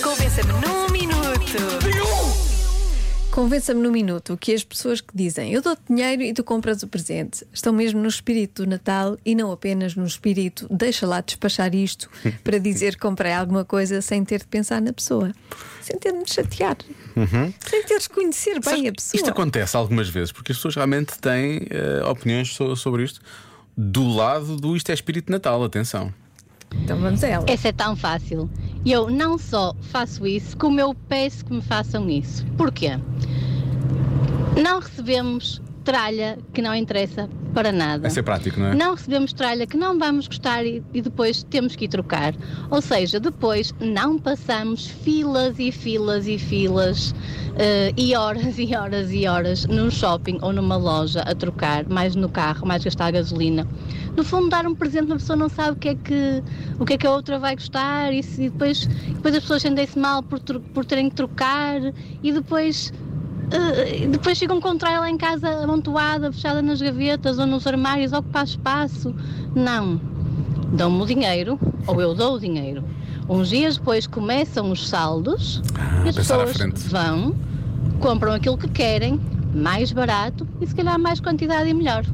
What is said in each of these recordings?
Convença-me num minuto. Convença-me num minuto que as pessoas que dizem eu dou-te dinheiro e tu compras o presente estão mesmo no espírito do Natal e não apenas no espírito deixa lá despachar isto para dizer que comprei alguma coisa sem ter de pensar na pessoa, sem ter de me chatear, sem ter de conhecer bem a pessoa. Uhum. Isto acontece algumas vezes, porque as pessoas realmente têm eh, opiniões so- sobre isto. Do lado do isto é espírito de Natal, atenção. Então vamos a ela. Essa é tão fácil. Eu não só faço isso, como eu peço que me façam isso. Porquê? Não recebemos tralha que não interessa para nada. É ser prático, não é? Não recebemos tralha que não vamos gostar e, e depois temos que ir trocar. Ou seja, depois não passamos filas e filas e filas eh, e horas e horas e horas num shopping ou numa loja a trocar, mais no carro, mais gastar gasolina. No fundo, dar um presente uma pessoa não sabe o que é que, o que, é que a outra vai gostar e, se- e depois, depois as pessoas sentem-se mal por, tro- por terem que trocar e depois Uh, depois ficam com tralha em casa amontoada, fechada nas gavetas ou nos armários, ocupar espaço. Não. Dão-me o dinheiro, ou eu dou o dinheiro. Uns dias depois começam os saldos e as pensar à pessoas frente. vão, compram aquilo que querem, mais barato e se calhar mais quantidade e melhor.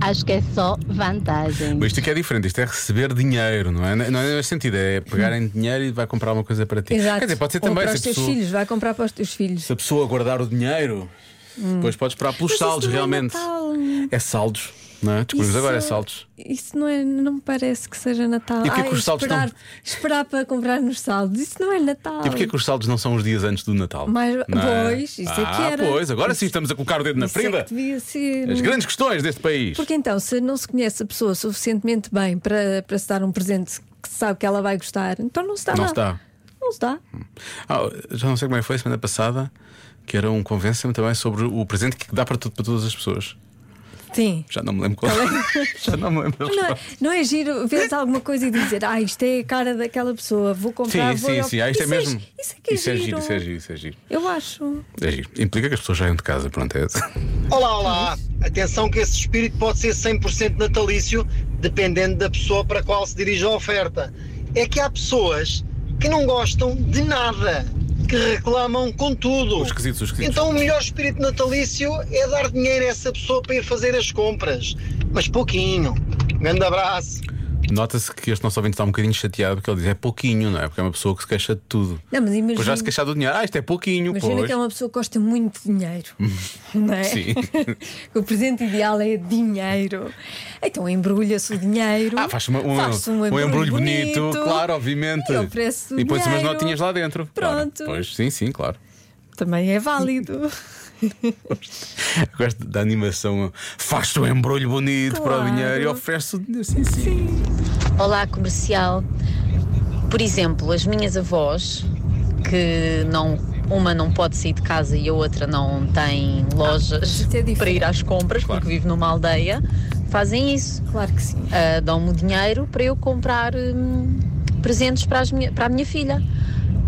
Acho que é só vantagem. Mas isto aqui é diferente, isto é receber dinheiro, não é? Não é nesse sentido, é pegarem dinheiro e vai comprar uma coisa para ti. Hum. Exato. é, Quer dizer, pode ser Ou também para se os a teus pessoa- filhos, vai comprar para os teus filhos. Se a pessoa guardar o dinheiro, depois pode esperar Hum. pelos Mas isso saldos, não é realmente. Natal. É saldos, não é? Descobrimos Isso- agora, é saldos. Isso não é, não me parece que seja Natal. E porquê que Ai, os saldos esperar, não- esperar para comprar nos saldos, isso não é Natal. E porquê que os saldos não são os dias antes do Natal? Mais- Não é? Pois, isso é ah, que era. pois, agora sim estamos a colocar o dedo na Isso é ferida. que devia ser. As grandes questões deste país. Porque então, se não se conhece a pessoa suficientemente bem para, para se dar um presente que se sabe que ela vai gostar, então não se dá Não nada. se dá. Não se dá. Ah, já não sei como é que foi semana passada, que era um convença-me também sobre o presente que dá para, tudo, para todas as pessoas. Sim. Já não me lembro qual. já não me lembro. a Tá Não, resposta. não é giro veres alguma coisa e dizer, ah, isto é a cara daquela pessoa, vou comprar, Sim, vou. sim, sim. Ah, isto é Isso mesmo. Isso é que é isso é giro. giro, isso é giro, isso é giro. Eu acho. É giro. Implica que as pessoas saiam de casa, pronto. É... Olá, olá! Atenção que esse espírito pode ser 100% natalício, dependendo da pessoa para a qual se dirige a oferta. É que há pessoas que não gostam de nada, que reclamam com tudo. Os esquisitos, os esquisitos. Então o melhor espírito natalício é dar dinheiro a essa pessoa para ir fazer as compras. Mas pouquinho. Um grande abraço. Nota-se que este nosso ouvinte está um bocadinho chateado porque ele diz é pouquinho, não é? Porque é uma pessoa que se queixa de tudo. Não, mas Depois já imagina, se queixar do dinheiro. Ah, isto é pouquinho, imagina pois. que é uma pessoa que gosta muito de dinheiro. não é? Sim. Que o presente ideal é dinheiro. Então embrulha-se o dinheiro. Ah, faz-se uma- um, faz-se um, embrulho bonito, claro, obviamente. E oferece o E põe-se umas dinheiro. notinhas lá dentro. Claro. Pronto. Pois, sim, sim, claro. Também é válido. Gosto da animação. Faz-te um embrulho bonito para o Claro. dinheiro e oferece o dinheiro. Sim, sim. Olá, comercial. Por exemplo, as minhas avós, que não, uma não pode sair de casa e a outra não tem lojas isso é diferente. para ir às compras, Claro. porque vive numa aldeia, fazem isso. Claro que sim. Ah, Dão-me o dinheiro para eu comprar hum, presentes para, as minha- para a minha filha.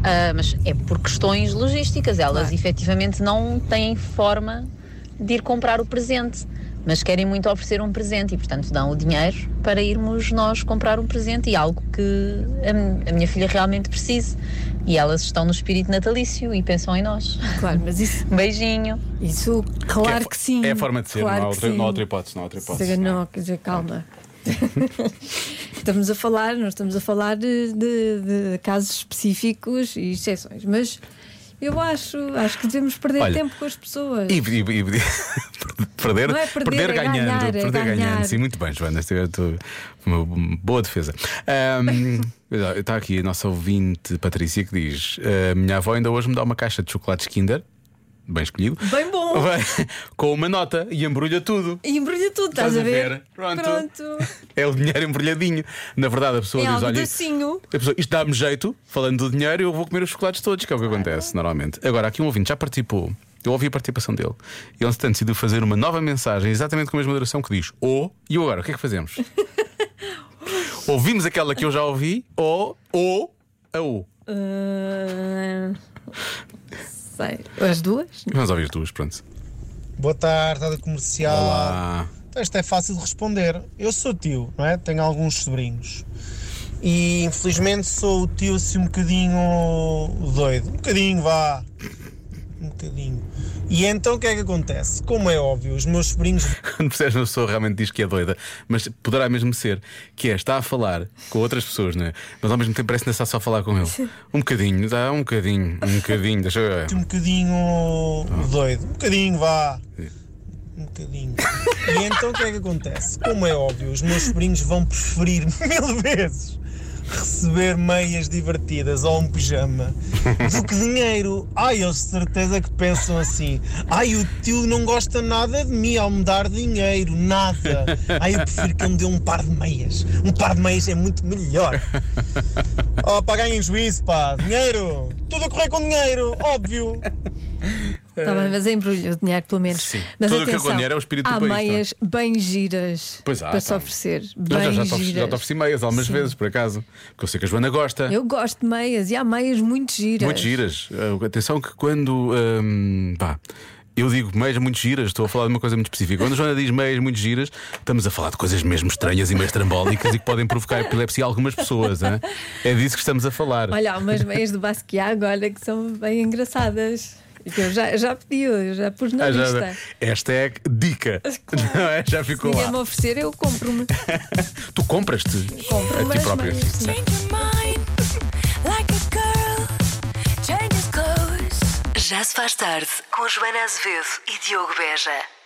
Ah, mas é por questões logísticas, elas Claro. efetivamente não têm forma de ir comprar o presente, mas querem muito oferecer um presente e, portanto, dão o dinheiro para irmos nós comprar um presente e algo que a mi- a minha filha realmente precise. E elas estão no espírito natalício e pensam em nós. Um Claro, mas isso, Beijinho. isso Que é claro fo- que sim. É a forma de ser, claro não, há que outra, sim. não há outra hipótese. Não há outra hipótese. É. Seja, não, quer dizer, calma. estamos a falar, nós estamos a falar de, de- de casos específicos e exceções, mas eu acho, acho que devemos perder Olha, tempo com as pessoas. E, e- e- perder, Não é perder, é ganhando. ganhar, é perder ganhar. ganhando. Sim, muito bem, Joana. Esta é a tua- uma boa defesa. Ahm, está aqui a nossa ouvinte Patrícia que diz: "A Minha avó ainda hoje me dá uma caixa de chocolates Kinder, bem escolhido, Bem bom! com uma nota e embrulha tudo. E embrulha tudo, estás a ver? Pronto. Pronto. É o dinheiro embrulhadinho. Na verdade, a pessoa É diz: algo olha. docinho. A pessoa, isto dá-me jeito, falando do dinheiro, eu vou comer os chocolates todos, que é o que acontece normalmente. Agora, aqui um ouvinte já participou, eu ouvi a participação dele, e ele tem decidido fazer uma nova mensagem, exatamente com a mesma duração que diz: ou, e eu agora, o que é que fazemos? Ouvimos aquela que eu já ouvi, ou, ou, a ou. Ah, sei. As duas? Vamos ouvir as duas, pronto. Ah. Boa tarde, rádio comercial. Olá. Então, Isto é fácil de responder. Eu sou tio, não é? Tenho alguns sobrinhos. E infelizmente sou o tio assim um bocadinho doido. Um bocadinho, vá. Um bocadinho. E então o que é que acontece? Como é óbvio, os meus sobrinhos Quando percebes uma pessoa realmente diz que é doida, mas poderá mesmo ser, que é, está a falar com outras pessoas, não é? Mas ao mesmo tempo parece que ainda está só a falar com ele. Um bocadinho, dá um bocadinho, um bocadinho, deixa eu ver. um bocadinho doido. Um bocadinho, vá. Um bocadinho. E então o que é que acontece? Como é óbvio, os meus sobrinhos vão preferir mil vezes receber meias divertidas ou um pijama do que dinheiro. Ai, eu certeza que pensam assim. Ai, o tio não gosta nada de mim ao me dar dinheiro, nada. Ai, eu prefiro que ele me dê um par de meias. Um par de meias é muito melhor. Oh, pá, ganhem juízo, pá. Dinheiro. Tudo a correr com dinheiro, óbvio. Está Tá bem, mas embrulho o dinheiro, pelo menos. Sim. Mas Tudo o que eu atenção, ganhar é o espírito do há país, meias bem giras Pois há, para pá. se oferecer. Eu já, Bem já, te ofereci, já te giras. ofereci meias algumas vezes, por acaso, porque eu sei que a Joana gosta. Eu gosto de meias e há meias muito giras. Muito giras. Ah, Atenção que quando. hum, pá, eu digo meias muito giras, estou a falar de uma coisa muito específica. Quando a Joana diz meias muito giras, estamos a falar de coisas mesmo estranhas e meio estrambólicas e que podem provocar epilepsia a algumas pessoas. hã? É disso que estamos a falar. Olha, há umas meias do Basquiat olha que são bem engraçadas. E que eu já, já pedi, eu já pus na Ah, já- lista. esta é a dica. Claro. Não é? Já Se ficou ninguém lá. me oferecer, eu compro-me. Tu compras-te Compro a ti umas própria. meias, sim. Já se faz tarde com Joana Azevedo e Diogo Beja.